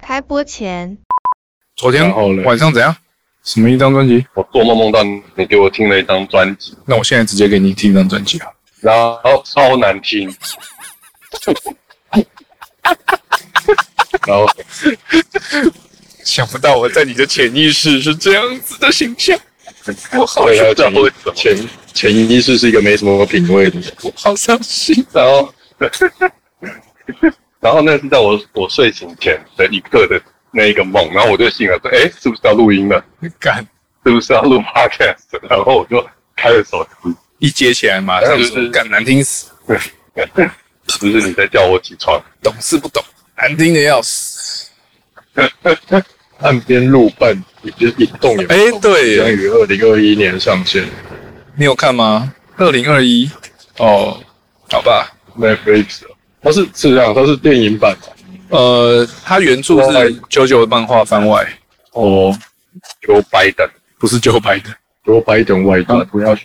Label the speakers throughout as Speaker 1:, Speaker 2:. Speaker 1: 开播前，
Speaker 2: 昨天
Speaker 3: 然后嘞
Speaker 2: 晚上怎样？什么一张专辑？
Speaker 3: 我做梦梦到你给我听了一张专辑，
Speaker 2: 那我现在直接给你听一张专辑啊！
Speaker 3: 然后超难听，然后
Speaker 2: 想不到我在你的潜意识是这样子的形象，我好
Speaker 3: 对，还有
Speaker 2: 知道
Speaker 3: 潜
Speaker 2: 为什么，
Speaker 3: 潜潜意识是一个没什么品味的人，
Speaker 2: 我好伤心。
Speaker 3: 然后 然后那是在我我睡醒前的一刻的那一个梦，然后我就醒了，说哎，是不是要录音了？
Speaker 2: 敢
Speaker 3: 是不是要录 podcast？然后我就开了手机，
Speaker 2: 一接起来马上说，敢难听死，
Speaker 3: 就是你在叫我起床，
Speaker 2: 懂事不懂，难听的要死。
Speaker 3: 岸边路伴已经一动也
Speaker 2: 哎，对
Speaker 3: 将
Speaker 2: 耶，
Speaker 3: 于二零二一年上线。
Speaker 2: 你有看吗？二零二一，哦，好吧，
Speaker 3: Netflix，它哦是是这样，它哦是电影版的
Speaker 2: 呃，它原著是九九的漫画番外，
Speaker 3: 哦。Joe Biden，
Speaker 2: 不是九百的。
Speaker 3: Joe Biden 外传、
Speaker 2: 啊不要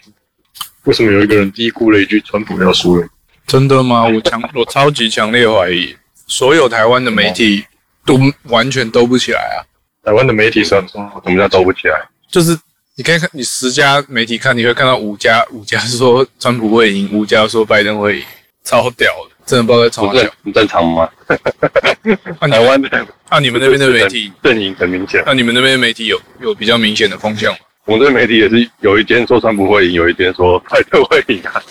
Speaker 3: 为什么有一个人低估了一句川普要输了？
Speaker 2: 真的吗？ 我强，我超级强烈怀疑，所有台湾的媒体都完全兜不起来啊！
Speaker 3: 台湾的媒体哦什么怎么叫走不起来？
Speaker 2: 就是你可以看，你十家媒体看，你会看到五家，五家说川普会赢，五家说拜登会赢，超屌的，真的不知道在
Speaker 3: 不
Speaker 2: 冲啥
Speaker 3: 是很很哦正常吗？
Speaker 2: 笑。
Speaker 3: 台
Speaker 2: 那你
Speaker 3: 湾的
Speaker 2: 那你们嗯那边的媒体，啊
Speaker 3: 阵营很明显，
Speaker 2: 那你们那边的媒体有有比较明显的风向吗？
Speaker 3: 我们这媒体也是有一间说川普会赢，有一间说拜登会赢啊。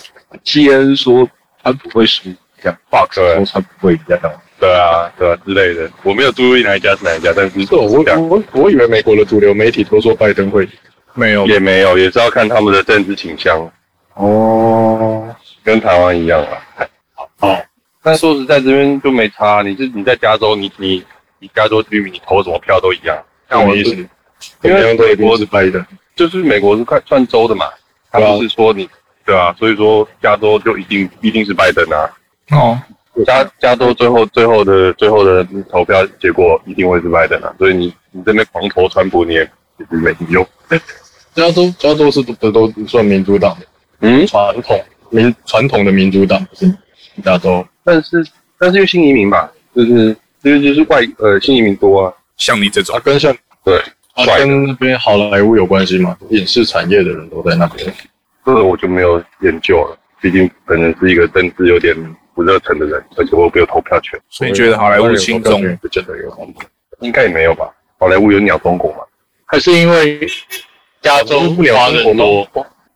Speaker 3: 西恩说川普会输，讲 Fox 说川普会赢，这样。对啊，对啊之类的，我没有注意哪一家是哪一家，但是哦
Speaker 4: 我我我我以为美国的主流媒体都说拜登会赢。
Speaker 2: 没有，
Speaker 3: 也没有，也是要看他们的政治倾向，
Speaker 4: 哦，
Speaker 3: 跟台湾一样啊。
Speaker 4: 哦，
Speaker 3: 但说实在，这边就没差。啊你是你在加州，你你你加州居民，你投什么票都一样。
Speaker 4: 那我
Speaker 3: 意思
Speaker 4: 是怎么样都一定是拜登。
Speaker 3: 就是美国是看算州的嘛，他
Speaker 4: 对啊
Speaker 3: 不是说你对啊，所以说加州就一定一定是拜登啊。
Speaker 2: 哦，
Speaker 3: 加加州最后最后的最后的投票结果一定会是拜登啊。所以你你这边狂投川普，你也其实没用。
Speaker 4: 加州加州是都都算民主党
Speaker 3: 嗯，
Speaker 4: 传统民传统的民主党，加州
Speaker 3: 但是但是因为新移民嘛，就是就是就是外呃新移民多啊。
Speaker 2: 像你这种
Speaker 4: 啊，跟像
Speaker 3: 对，
Speaker 4: 啊
Speaker 3: 帅的
Speaker 4: 跟那边好莱坞有关系吗？影视产业的人都在那边。
Speaker 3: 这个我就没有研究了，毕竟本人是一个政治有点不热忱的人，而且我没有投票权，
Speaker 2: 所以你觉得好莱坞轻松
Speaker 4: 不见得有帮助，
Speaker 3: 应该也没有吧？好莱坞有鸟中国嘛？
Speaker 5: 还是因为加州华人多？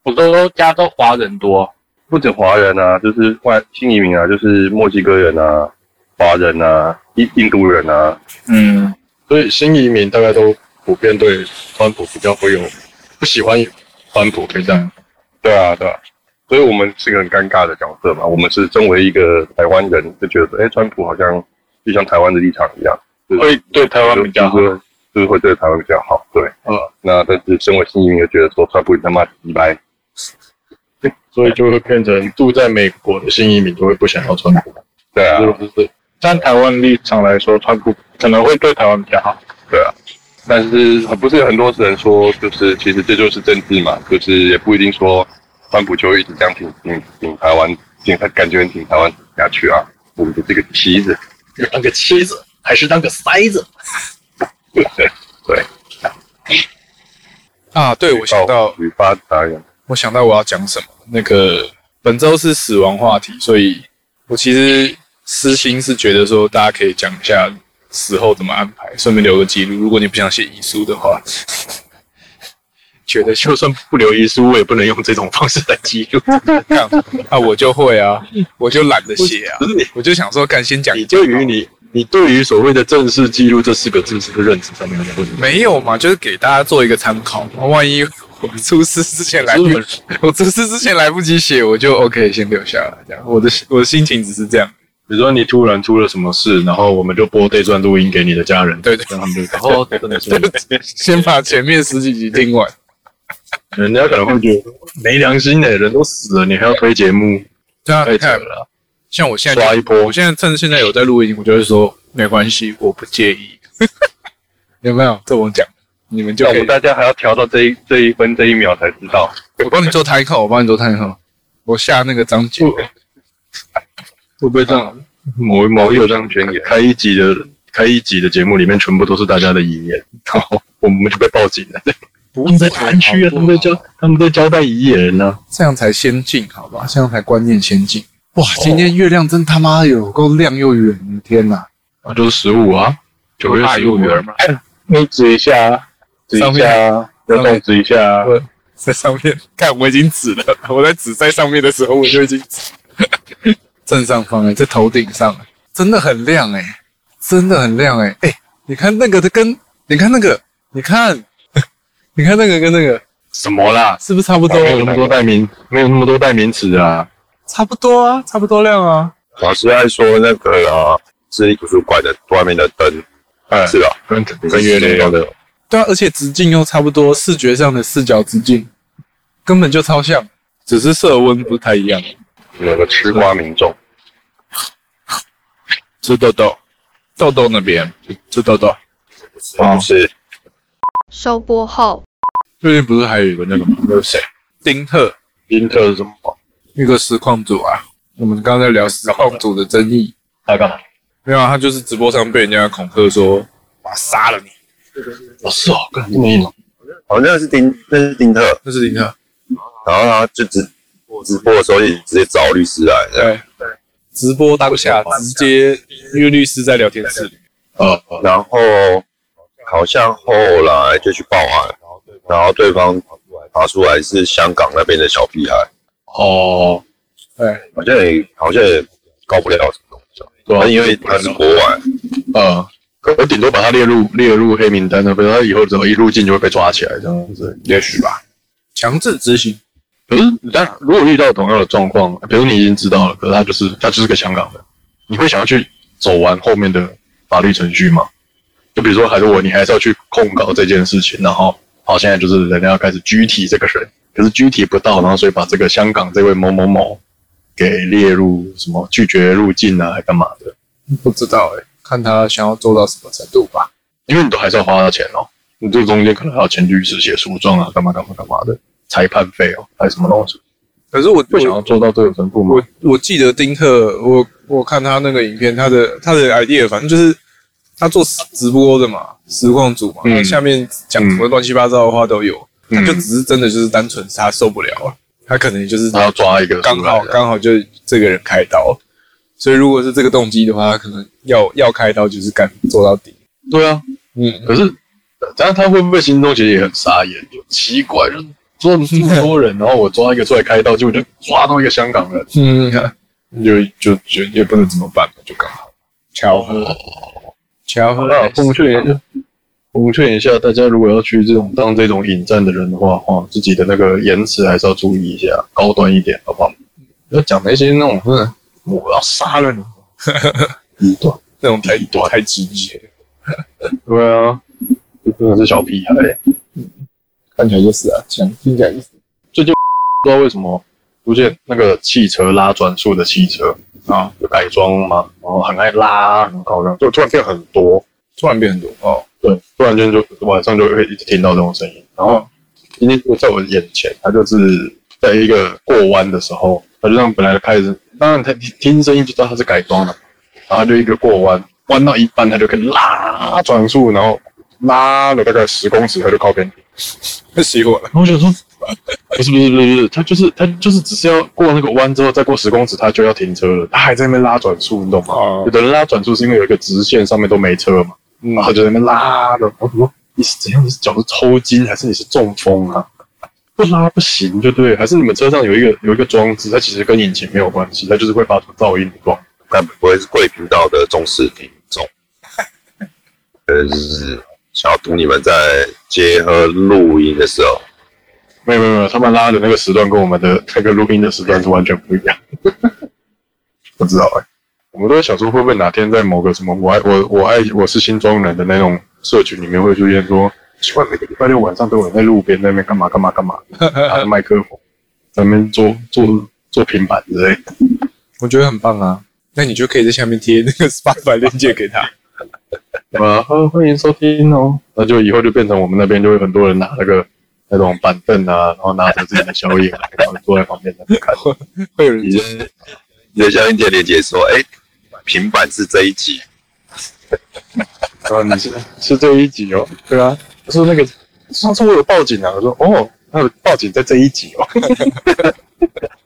Speaker 5: 我说加州华人多，
Speaker 3: 不止华人啊，就是外新移民啊，就是墨西哥人啊、华人啊、印印度人啊，
Speaker 2: 嗯，
Speaker 4: 所以新移民大概都普遍对川普比较会有不喜欢川普，可以这样
Speaker 3: 对啊，对啊。所以我们是个很尴尬的角色嘛，我们是身为一个台湾人，就觉得哎，川普好像就像台湾的立场一样，
Speaker 5: 会对台湾比较好
Speaker 3: 就。是就是会对台湾比较好，对，
Speaker 4: 嗯
Speaker 3: 那但是身为新移民，就觉得说川普你他妈鸡掰，
Speaker 4: 所以就会变成住在美国的新移民就会不想要川普，
Speaker 3: 对啊，
Speaker 4: 是不是？
Speaker 5: 站台湾立场来说，川普可能会对台湾比较好。
Speaker 3: 对啊，但是不是很多人说，就是其实这就是政治嘛，就是也不一定说川普就会一直这样挺挺挺台湾，挺他感觉挺台湾下去啊，我们的这个棋子，
Speaker 4: 当个妻子还是当个塞子？
Speaker 3: 对对，
Speaker 2: 啊，对，我
Speaker 3: 哦
Speaker 2: 想到
Speaker 3: 语发达人，
Speaker 2: 我想到我要讲什么。那个本周是死亡话题，所以我其实私心是觉得说，大家可以讲一下死后怎么安排，顺便留个记录。如果你不想写遗书的话， 觉得
Speaker 4: 就算不留遗书，我也不能用这种方式来记录。
Speaker 2: 干啊，我就会啊，我就懒得写啊
Speaker 4: 不，是你，
Speaker 2: 我就想说，干先讲一
Speaker 4: 你
Speaker 2: 讲
Speaker 4: 对于你，你对于所谓的正式记录这四个字是不是认知上面有点问题？
Speaker 2: 没有嘛，就是给大家做一个参考嘛。万一我出事之前来不，我出事之前来不及写，我就 OK 先留下来。这样，我的我的心情只是这样。
Speaker 4: 比如说你突然出了什么事，然后我们就播这段录音给你的家人，
Speaker 2: 对对
Speaker 4: 让他们就然后真的是，
Speaker 2: 先把前面十几集听完。
Speaker 4: 人家可能会觉得没良心的、人都死了，你还要推节目，
Speaker 2: 对啊，
Speaker 4: 太
Speaker 2: 你
Speaker 4: 扯
Speaker 2: 看，
Speaker 4: 了。
Speaker 2: 像我现在
Speaker 4: 刷一波
Speaker 2: 我现在趁现在有在录音，我就会说没关系，我不介意。 有没有这我讲？你们就
Speaker 3: 那我
Speaker 2: 可以
Speaker 3: 们，大家还要调到这一这一分这一秒才知道，
Speaker 2: 我帮你做 title，我帮你做 title，我下那个章节。
Speaker 4: 会不会这样？某某一有这样宣言，开一集的开一集的节目里面全部都是大家的遗言，然后我们就被报警了。他们在谈
Speaker 2: 哦
Speaker 4: 区啊，他们在交，他们在交代遗言呢、
Speaker 2: 这样才先进，好吧？这样才观念先进。哇，今天月亮真他妈有够亮又圆，天哪！
Speaker 4: 啊，就是十五啊，九月十五啊
Speaker 3: 圆嘛，
Speaker 4: 哎
Speaker 5: 你指一下，指
Speaker 2: 上
Speaker 5: 一
Speaker 2: 面
Speaker 5: 下，要动指一
Speaker 4: 啊
Speaker 5: 下。
Speaker 2: 我 在上面，看我已经指了， 我在指在上面的时候我就已经指，正上方哎、在头顶上，真的很亮哎、真的很亮哎、哎、你看那个的跟你看那个，你看， 你看那个跟那个
Speaker 4: 什么啦？
Speaker 2: 是不是差不多？
Speaker 4: 没有那么多代名，没有那么多代名词啊。
Speaker 2: 差不多啊，差不多亮啊。
Speaker 3: 老师爱说那个啊，市立图书馆的外面的灯
Speaker 4: 哎，
Speaker 3: 是吧？
Speaker 4: 跟跟月亮一样的，
Speaker 2: 对啊，而且直径又差不多，视觉上的视角直径根本就超像，只是色温不太一样。
Speaker 3: 有个吃瓜民众，
Speaker 2: 吃豆豆，豆豆那边吃豆豆。
Speaker 4: 哦
Speaker 3: 我就是
Speaker 1: 收播后，
Speaker 2: 最近不是还有一个那个吗？那个谁，丁特，
Speaker 4: 英特是什么？
Speaker 2: 一个实况组啊。我们刚才聊实况组的争议，
Speaker 4: 他干嘛？
Speaker 2: 没有、啊，他就是直播上被人家恐吓说，我杀了你。
Speaker 4: 哦，是哦，干这么硬哦。
Speaker 3: 好像是丁，那是丁特，
Speaker 2: 那是丁特，
Speaker 3: 然后他就直直播的时候就直接找律师来，
Speaker 2: 对对，直播当下直接因为律师在聊天室里，
Speaker 4: 呃，呃
Speaker 3: 然后好像后来就去报案，然后对方查出来是香港那边的小屁孩，
Speaker 4: 哦，
Speaker 2: 对，
Speaker 3: 好像也好像也告不了什么东西啊，
Speaker 4: 对啊
Speaker 3: 但因为他是国外，
Speaker 4: 呃，我顶多把他列入列入黑名单了，啊不然他以后只要一入境就会被抓起来这样子。
Speaker 2: 也许吧，强制执行，
Speaker 4: 可是，但如果遇到同样的状况，比如你已经知道了，可是他就是他就是个香港人，你会想要去走完后面的法律程序吗？就比如说，还是我，你还是要去控告这件事情，然后好，现在就是人家要开始拘提这个人，可是拘提不到，然后所以把这个香港这位某某某给列入什么拒绝入境啊，还干嘛的？
Speaker 2: 不知道哎、看他想要做到什么程度吧。
Speaker 4: 因为你都还是要花到钱哦，你这中间可能还要请律师写诉状啊，干嘛干嘛干嘛的，裁判费哦，还有什么东西？
Speaker 2: 可是我
Speaker 4: 会想要做到这种程度吗
Speaker 2: 我？我记得丁特，我我看他那个影片，他的他的 idea 反正就是他做直直播的嘛，实况组嘛，
Speaker 4: 嗯
Speaker 2: 他下面讲什么乱七八糟的话都有，他就只是真的就是单纯是他受不了了，他可能就是
Speaker 4: 他要抓一个出来
Speaker 2: 刚
Speaker 4: 的
Speaker 2: 好刚好就这个人开刀，所以如果是这个动机的话，他可能要要开刀就是敢做到底，
Speaker 4: 对啊，
Speaker 2: 嗯，
Speaker 4: 可是，但他会不会心中其实也很傻眼？就奇怪，就这么这么多人，然后我抓一个出来开刀，结果就抓到一个香港人，
Speaker 2: 嗯，就就就也不能怎么办嘛，就刚好巧合，巧合，
Speaker 4: 那奉劝一下，奉劝一下大家，如果要去这种当这种引战的人的话，哦，自己的那个言辞还是要注意一下，高端一点，好不好？不要讲那些那种真的，我要杀 了你，嗯低端，
Speaker 2: 那种太太直接了。
Speaker 4: 对啊，这真的是小屁孩。啊
Speaker 2: 看起来就是啊，讲听起来就是
Speaker 4: 不知道为什么出现那个汽车拉转速的汽车
Speaker 2: 啊，
Speaker 4: 有改装嘛，然后很爱拉，然后好像就突然变很多，
Speaker 2: 突然变很多哦，
Speaker 4: 对，哦突然间就晚上就会一直听到这种声音。然后今天就在我眼前，它就是在一个过弯的时候，它就让本来开始，当然他听听声音就知道它是改装的，然后它就一个过弯，弯到一半它就可以拉转速，然后拉了大概十公尺，它就靠边停。
Speaker 2: 熄火了，
Speaker 4: 然后我想说，不是不是不是不是，他就是他就是只是要过那个弯之后，再过十公尺他就要停车了，他还在那边拉转速，你懂吗？
Speaker 2: 哦
Speaker 4: 有的人拉转速是因为有一个直线上面都没车嘛，
Speaker 2: 嗯
Speaker 4: 然后就在那边拉的。我说你是怎样？你是脚是抽筋还是你是中风啊？不拉不行，就对了，还是你们车上有一个有一个装置，它其实跟引擎没有关系，它就是会发出噪音的状态。
Speaker 3: 那不会是贵频道的忠实听众，呃，就是想要读你们在结合录音的时候，
Speaker 4: 没有没有没有，他们拉的那个时段跟我们的 那个录音的时段是完全不一样。 不知道哎、我们都在想说会不会哪天在某个什么我爱我我爱我是新庄人的那种社群里面会出现说，奇怪每个礼拜六晚上都有人在路边那边干嘛干嘛干嘛，拿着麦克风，在那边做做做平板之类的。
Speaker 2: 我觉得很棒啊。那你就可以在下面贴那个 Spotify 链接给他，
Speaker 4: 啊，欢迎收听哦。那就以后就变成我们那边就会很多人拿那个那种板凳啊，然后拿着自己的宵夜，啊然后坐在旁边在那边看。
Speaker 2: 会有人
Speaker 3: 你就你就下面点连接说，哎、平板是这一集，
Speaker 4: 然后你是是这一集哦，对啊，他说那个上次我有报警啊，我说哦，那报警在这一集哦，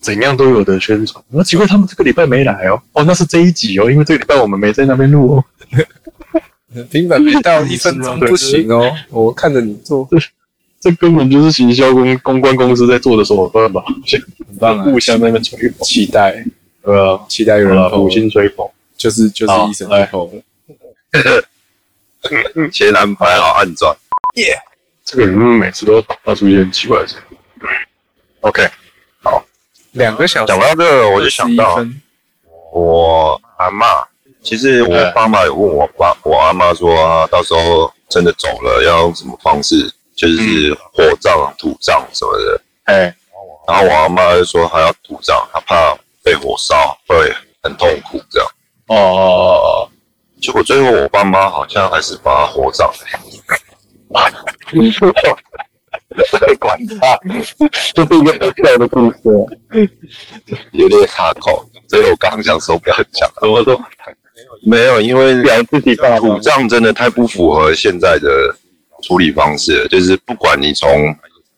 Speaker 4: 怎样都有的宣传。那奇怪，他们这个礼拜没来哦，哦，那是这一集哦，因为这个礼拜我们没在那边录哦。
Speaker 2: 平板没到一分 钟不行哦，我看着你做，
Speaker 4: 这根本就是行销公公关公司在做的手段吧？
Speaker 2: 很棒啊！
Speaker 4: 互相在那边吹捧，
Speaker 2: 期待，呃
Speaker 4: 对啊，
Speaker 2: 期待有人
Speaker 4: 好啦
Speaker 2: 投
Speaker 4: 五，星吹捧。
Speaker 2: 就是就是
Speaker 4: 好
Speaker 2: 医生
Speaker 4: 来
Speaker 2: 投，
Speaker 3: 先安排好按照。
Speaker 4: 这个人每次都发出一些很奇怪的声音。OK，
Speaker 2: 两个小时
Speaker 3: 讲到这个，我就想
Speaker 2: 21
Speaker 3: 到
Speaker 2: 分，
Speaker 3: 我阿嬷，其实我
Speaker 6: 嗯
Speaker 3: 爸妈有问我爸，我阿嬷说、啊，到时候真的走了要用什么方式，就是火葬、土葬什么的。
Speaker 4: 哎，
Speaker 3: 然后我阿妈就说她要土葬，她怕被火烧会很痛苦这样。
Speaker 4: 哦哦
Speaker 3: 结果最后我爸妈好像还是把她火葬了， 管他，
Speaker 4: 这是一个搞笑的故事。啊
Speaker 3: 有点卡口。所以我刚刚想说不要讲，我都没有，因为
Speaker 4: 讲自己爸
Speaker 3: 土
Speaker 4: 爸，
Speaker 3: 葬真的太不符合现在的处理方式了，就是不管你从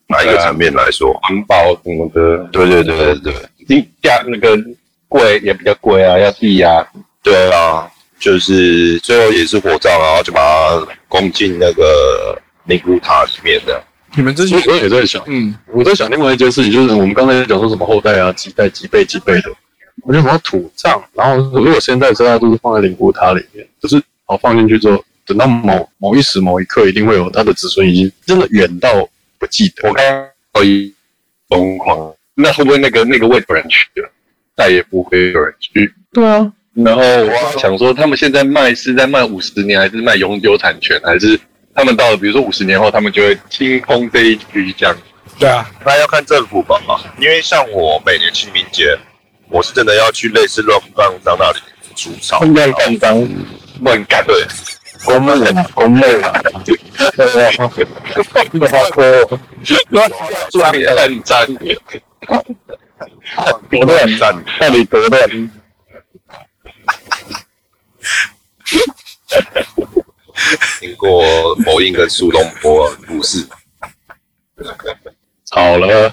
Speaker 3: 哪一个层面来说，
Speaker 5: 环保什么的，
Speaker 3: 对对对对对
Speaker 5: 地价那个贵也比较贵啊，要地啊，
Speaker 3: 对啊，就是最后也是火葬，然后就把它供进那个灵骨塔里面的。
Speaker 2: 你们这
Speaker 4: 其
Speaker 2: 些
Speaker 4: 实我也在想，
Speaker 2: 嗯，
Speaker 4: 我在想另外一件事情，就是我们刚才讲说什么后代啊，几代几辈几辈的，我就把土葬，然后如果现在大家都是放在灵骨塔里面，就是好放进去之后，等到某某一时某一刻，一定会有他的子孙已经真的远到不记得。
Speaker 5: 我刚所以
Speaker 3: 疯狂，
Speaker 5: 那会不会那个那个位置有人去了，再也不会有人去？
Speaker 4: 对啊，
Speaker 5: 然后我想说，他们现在卖是在卖五十年，还是卖永久产权，还是他们到了比如说五十年后，他们就会清空这一区这样？
Speaker 2: 对啊，
Speaker 3: 那要看政府吧，因为像我每年清明节，我是真的要去类似乱葬岗那里除草，
Speaker 5: 乱干脏，乱干对，
Speaker 4: 公墓公墓啊，
Speaker 5: 乱乱干脏，
Speaker 4: 多乱
Speaker 3: 站
Speaker 4: 到底多乱？
Speaker 3: 经过某一个苏东坡故事，
Speaker 4: 好了，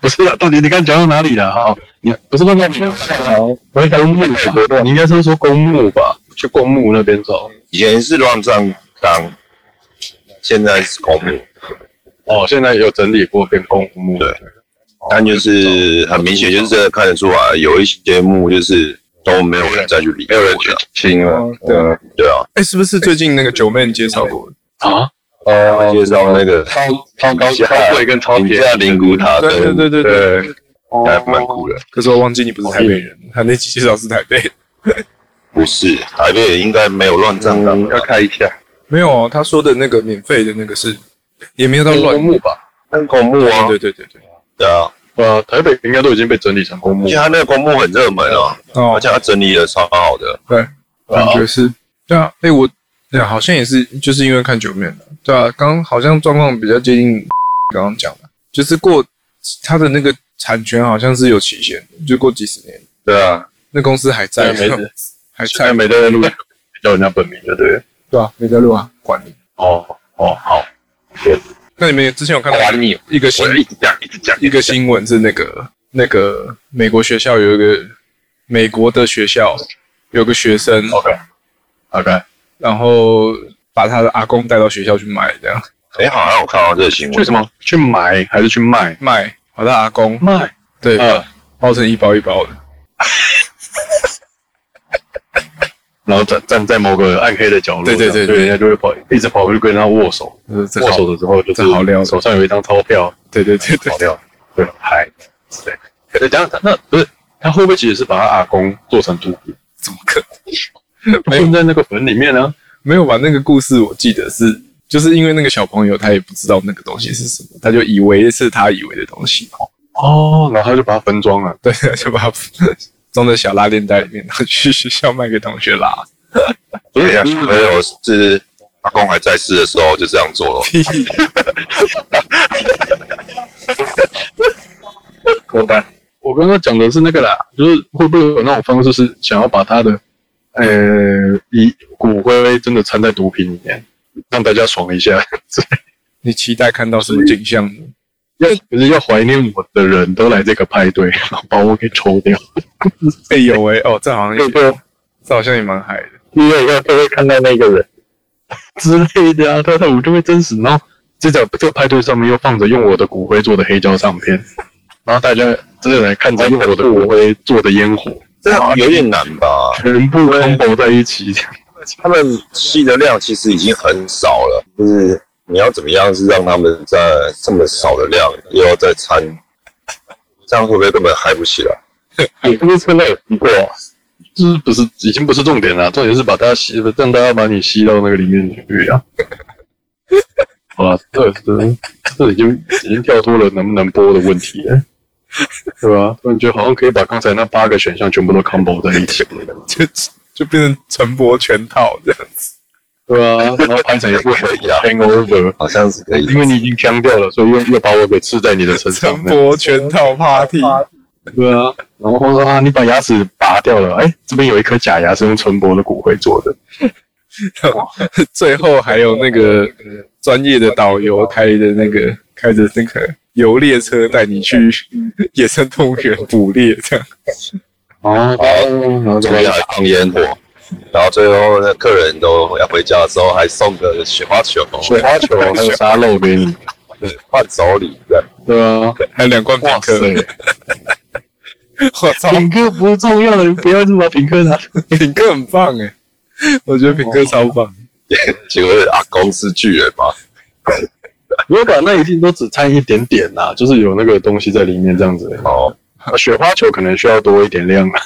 Speaker 4: 不是啊，到底你刚讲到哪里了？哈，你不是乱讲好，我在讲公墓吧？你应该是说公墓吧？去公墓那边走。
Speaker 3: 以前是乱葬岗，现在是公墓，
Speaker 4: 哦，现在有整理过变公墓。
Speaker 3: 对但就是很明显，就是真的看得出来，有一些墓就是都没有人再去理，
Speaker 5: 没有人去清了。
Speaker 2: 哦对啊，
Speaker 3: 对啊，
Speaker 2: 哎，是不是最近那个九妹介绍过？
Speaker 4: 啊，
Speaker 3: 哦，介绍那个
Speaker 5: 超超高
Speaker 3: 下
Speaker 5: 超贵跟超
Speaker 3: 评
Speaker 5: 便哦
Speaker 3: 价灵骨塔的，
Speaker 2: 哎对对对对哦对，
Speaker 5: 对，
Speaker 3: 还蛮
Speaker 6: 哦
Speaker 3: 酷的。
Speaker 2: 可是我忘记你不是台北人，他那期介绍是台北的，
Speaker 3: 不是，台北应该没有乱葬岗
Speaker 5: 嗯，要看一下
Speaker 2: 没有哦，他说的那个免费的那个是也没有到乱
Speaker 4: 公，墓吧？
Speaker 3: 但公墓啊，
Speaker 2: 对对对对，
Speaker 3: 对啊，
Speaker 4: 呃，台北应该都已经被整理成公墓
Speaker 3: 而且。他那个公墓很热门啊，
Speaker 2: 哦
Speaker 3: 而，且他整理的超好的，
Speaker 2: 对，
Speaker 5: 哦
Speaker 2: 感觉是，对啊，哎，我对啊，好像也是，就是因为看九面的，对啊，刚好像状况比较接近刚刚讲的，就是过他的那个产权好像是有期限的，就过几十年，
Speaker 4: 对啊，
Speaker 2: 那公司还在，
Speaker 4: 对没事
Speaker 2: 还
Speaker 4: 现在
Speaker 2: 在，
Speaker 4: 没在录，叫人家本名，对不对？
Speaker 2: 对啊，没在录啊，管你。
Speaker 4: 哦哦，好，
Speaker 2: 那你们之前有看到
Speaker 5: 管你，
Speaker 2: 一个新
Speaker 5: 我一直讲一直讲
Speaker 2: 一个新闻是那个那个美国学校有一个美国的学校有个学生，
Speaker 4: OK，
Speaker 2: 然后把他的阿公带到学校去卖，这样
Speaker 3: 哎，好像我看到这个新
Speaker 4: 去
Speaker 3: 闻
Speaker 4: 什，么？去买还是去卖？
Speaker 2: 卖把他阿公
Speaker 4: 卖。
Speaker 2: 对
Speaker 4: 呃，
Speaker 2: 包成一包一包的，
Speaker 4: 然后站站在某个暗黑的角落，
Speaker 2: 对对对
Speaker 4: 这样
Speaker 2: 对
Speaker 4: 人家就会跑，一直跑过去跟他握手，
Speaker 2: 呃这
Speaker 4: 握
Speaker 2: 好
Speaker 4: 手的时候就是
Speaker 2: 这好料
Speaker 4: 手上有一张钞票，
Speaker 2: 对对对对
Speaker 4: 跑，掉，对，嗨，对，对，这样他那不是他会不会其实是把他阿公做成猪骨，
Speaker 2: 怎么可能？没有
Speaker 4: 混在那个坟里面呢？
Speaker 2: 没有吧？那个故事我记得是，就是因为那个小朋友他也不知道那个东西是什么，他就以为是他以为的东西，
Speaker 4: 哦，然后他就把它分装了，
Speaker 2: 对，就把它 装在小拉链袋里面，然后去学校卖给同学拉。
Speaker 4: 嗯
Speaker 3: 所
Speaker 4: 哎
Speaker 3: 以小朋友是阿公还在世的时候就这样做了，
Speaker 4: 我刚刚讲的是那个啦，就是会不会有那种方式是想要把他的呃，以骨灰真的掺在毒品里面，让大家爽一下。
Speaker 2: 你期待看到什么景象 呢？
Speaker 4: 要可是要怀念我的人都来这个派对， 把我给抽掉。
Speaker 2: 哎呦喂，哦，这好像
Speaker 4: 对
Speaker 2: 也，
Speaker 4: 不对？
Speaker 2: 这好像也蛮嗨的。
Speaker 4: 因为要都会看到那个人之类的啊，他的我就会真实。然后这在这个派对上面又放着用我的骨灰做的黑胶唱片，然后大家真的来看着用我的骨灰做的烟火，
Speaker 6: 这有点难吧？
Speaker 4: 全部 combo 在一起。
Speaker 6: 他们吸的量其实已经很少了，就是你要怎么样是让他们在这么少的量又要再掺，这样会不会根本嗨不起来？
Speaker 4: 也哎不是真的有提过、啊，就是不是已经不是重点了、重点是把它吸，让大家把你吸到那个里面去啊。 好了，这这这已经已经跳脱了能不能播的问题了，对吧？突然觉得好像可以把刚才那八个选项全部都 combo 在一起，
Speaker 2: 就 就变成陈柏全套这样子。
Speaker 4: 对吧、啊？然后拍成一 部 hangover，
Speaker 6: 好像是可以，
Speaker 4: 因为你已经僵掉了，所以又又把我给刺在你的身 上
Speaker 2: 陈。柏全套 party，
Speaker 4: 对啊，然后说啊，你把牙齿拔掉了，哎，这边有一颗假牙是用纯柏的骨灰做的。
Speaker 2: 最后还有那个专业的导游开的那个开着那个游列车带你去野生动物园捕猎，这样
Speaker 4: 哦，然后
Speaker 6: 中间还放烟火，然后最后那客人都要回家的时候还送个雪花球，
Speaker 4: 水花球还有沙漏给你，
Speaker 6: 伴手礼的，
Speaker 4: 对啊，
Speaker 2: 还有两罐品
Speaker 4: 哇塞
Speaker 2: 客，，我操，
Speaker 4: 品客不重要的，你不要一直把品客拿。
Speaker 2: 品客很棒哎，我觉得品客超棒。
Speaker 6: 结果阿公是巨人嘛，
Speaker 4: 我把那一定都只掺一点点啦、就是有那个东西在里面这样子。
Speaker 6: 哦，
Speaker 4: 啊雪花球可能需要多一点量啊，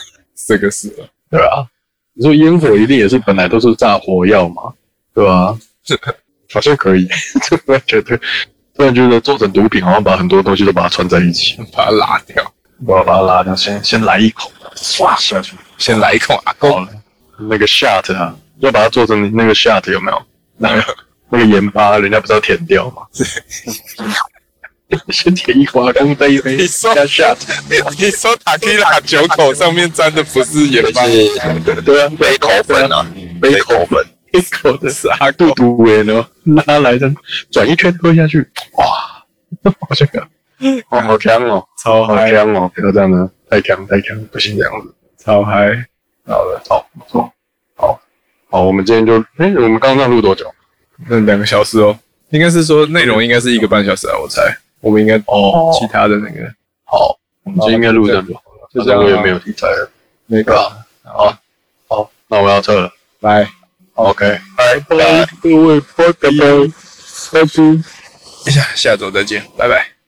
Speaker 2: 这个是了，
Speaker 4: 对吧、你说烟火一定也是本来都是炸火药嘛，对吧、好像可以， 突然觉得，突然觉得做成毒品好像把很多东西都把它串在一起，
Speaker 2: 把它拉掉，
Speaker 4: 我要把它拉掉，先先来一口，唰下去。
Speaker 2: 先来一口阿公。
Speaker 4: 好了，那个 shot 啊，要把它做成那个 shot 有没有？那个那个盐巴，人家不是要舔掉吗？先舔一口，刚再一杯
Speaker 2: 你说
Speaker 4: 加 shot，
Speaker 2: 你说塔 q 拉酒口上面沾的不是盐巴，
Speaker 6: 是
Speaker 4: 对啊，
Speaker 6: 杯口粉啊，杯口粉，
Speaker 4: 一口的
Speaker 2: 是阿
Speaker 4: 肚
Speaker 2: 公。
Speaker 4: 肚围呢，拉来的转一圈喝下去，哇，好香啊！哦，好香哦，
Speaker 2: 超
Speaker 4: 好
Speaker 2: 嗨，
Speaker 4: 香哦，不要这样子，太香太香，不行这样子。
Speaker 2: 超嗨！
Speaker 4: 好的，好，不错，好，好，我们今天就，哎、我们刚刚这样录多久？
Speaker 2: 那两个小时哦，应该是说内容应该是一个半小时啊，我猜。我们应该
Speaker 4: 哦
Speaker 2: 其他的那个
Speaker 4: 好，我们今天应该录这样就好了，
Speaker 2: 就这样啊
Speaker 4: 反正我也没有题材了。
Speaker 2: 那
Speaker 4: 对
Speaker 2: 个，
Speaker 4: 吧？好，好，那我要撤了。
Speaker 2: 来，
Speaker 4: OK，拜拜，各位，拜拜，拜拜。
Speaker 2: 下下周再见，拜拜。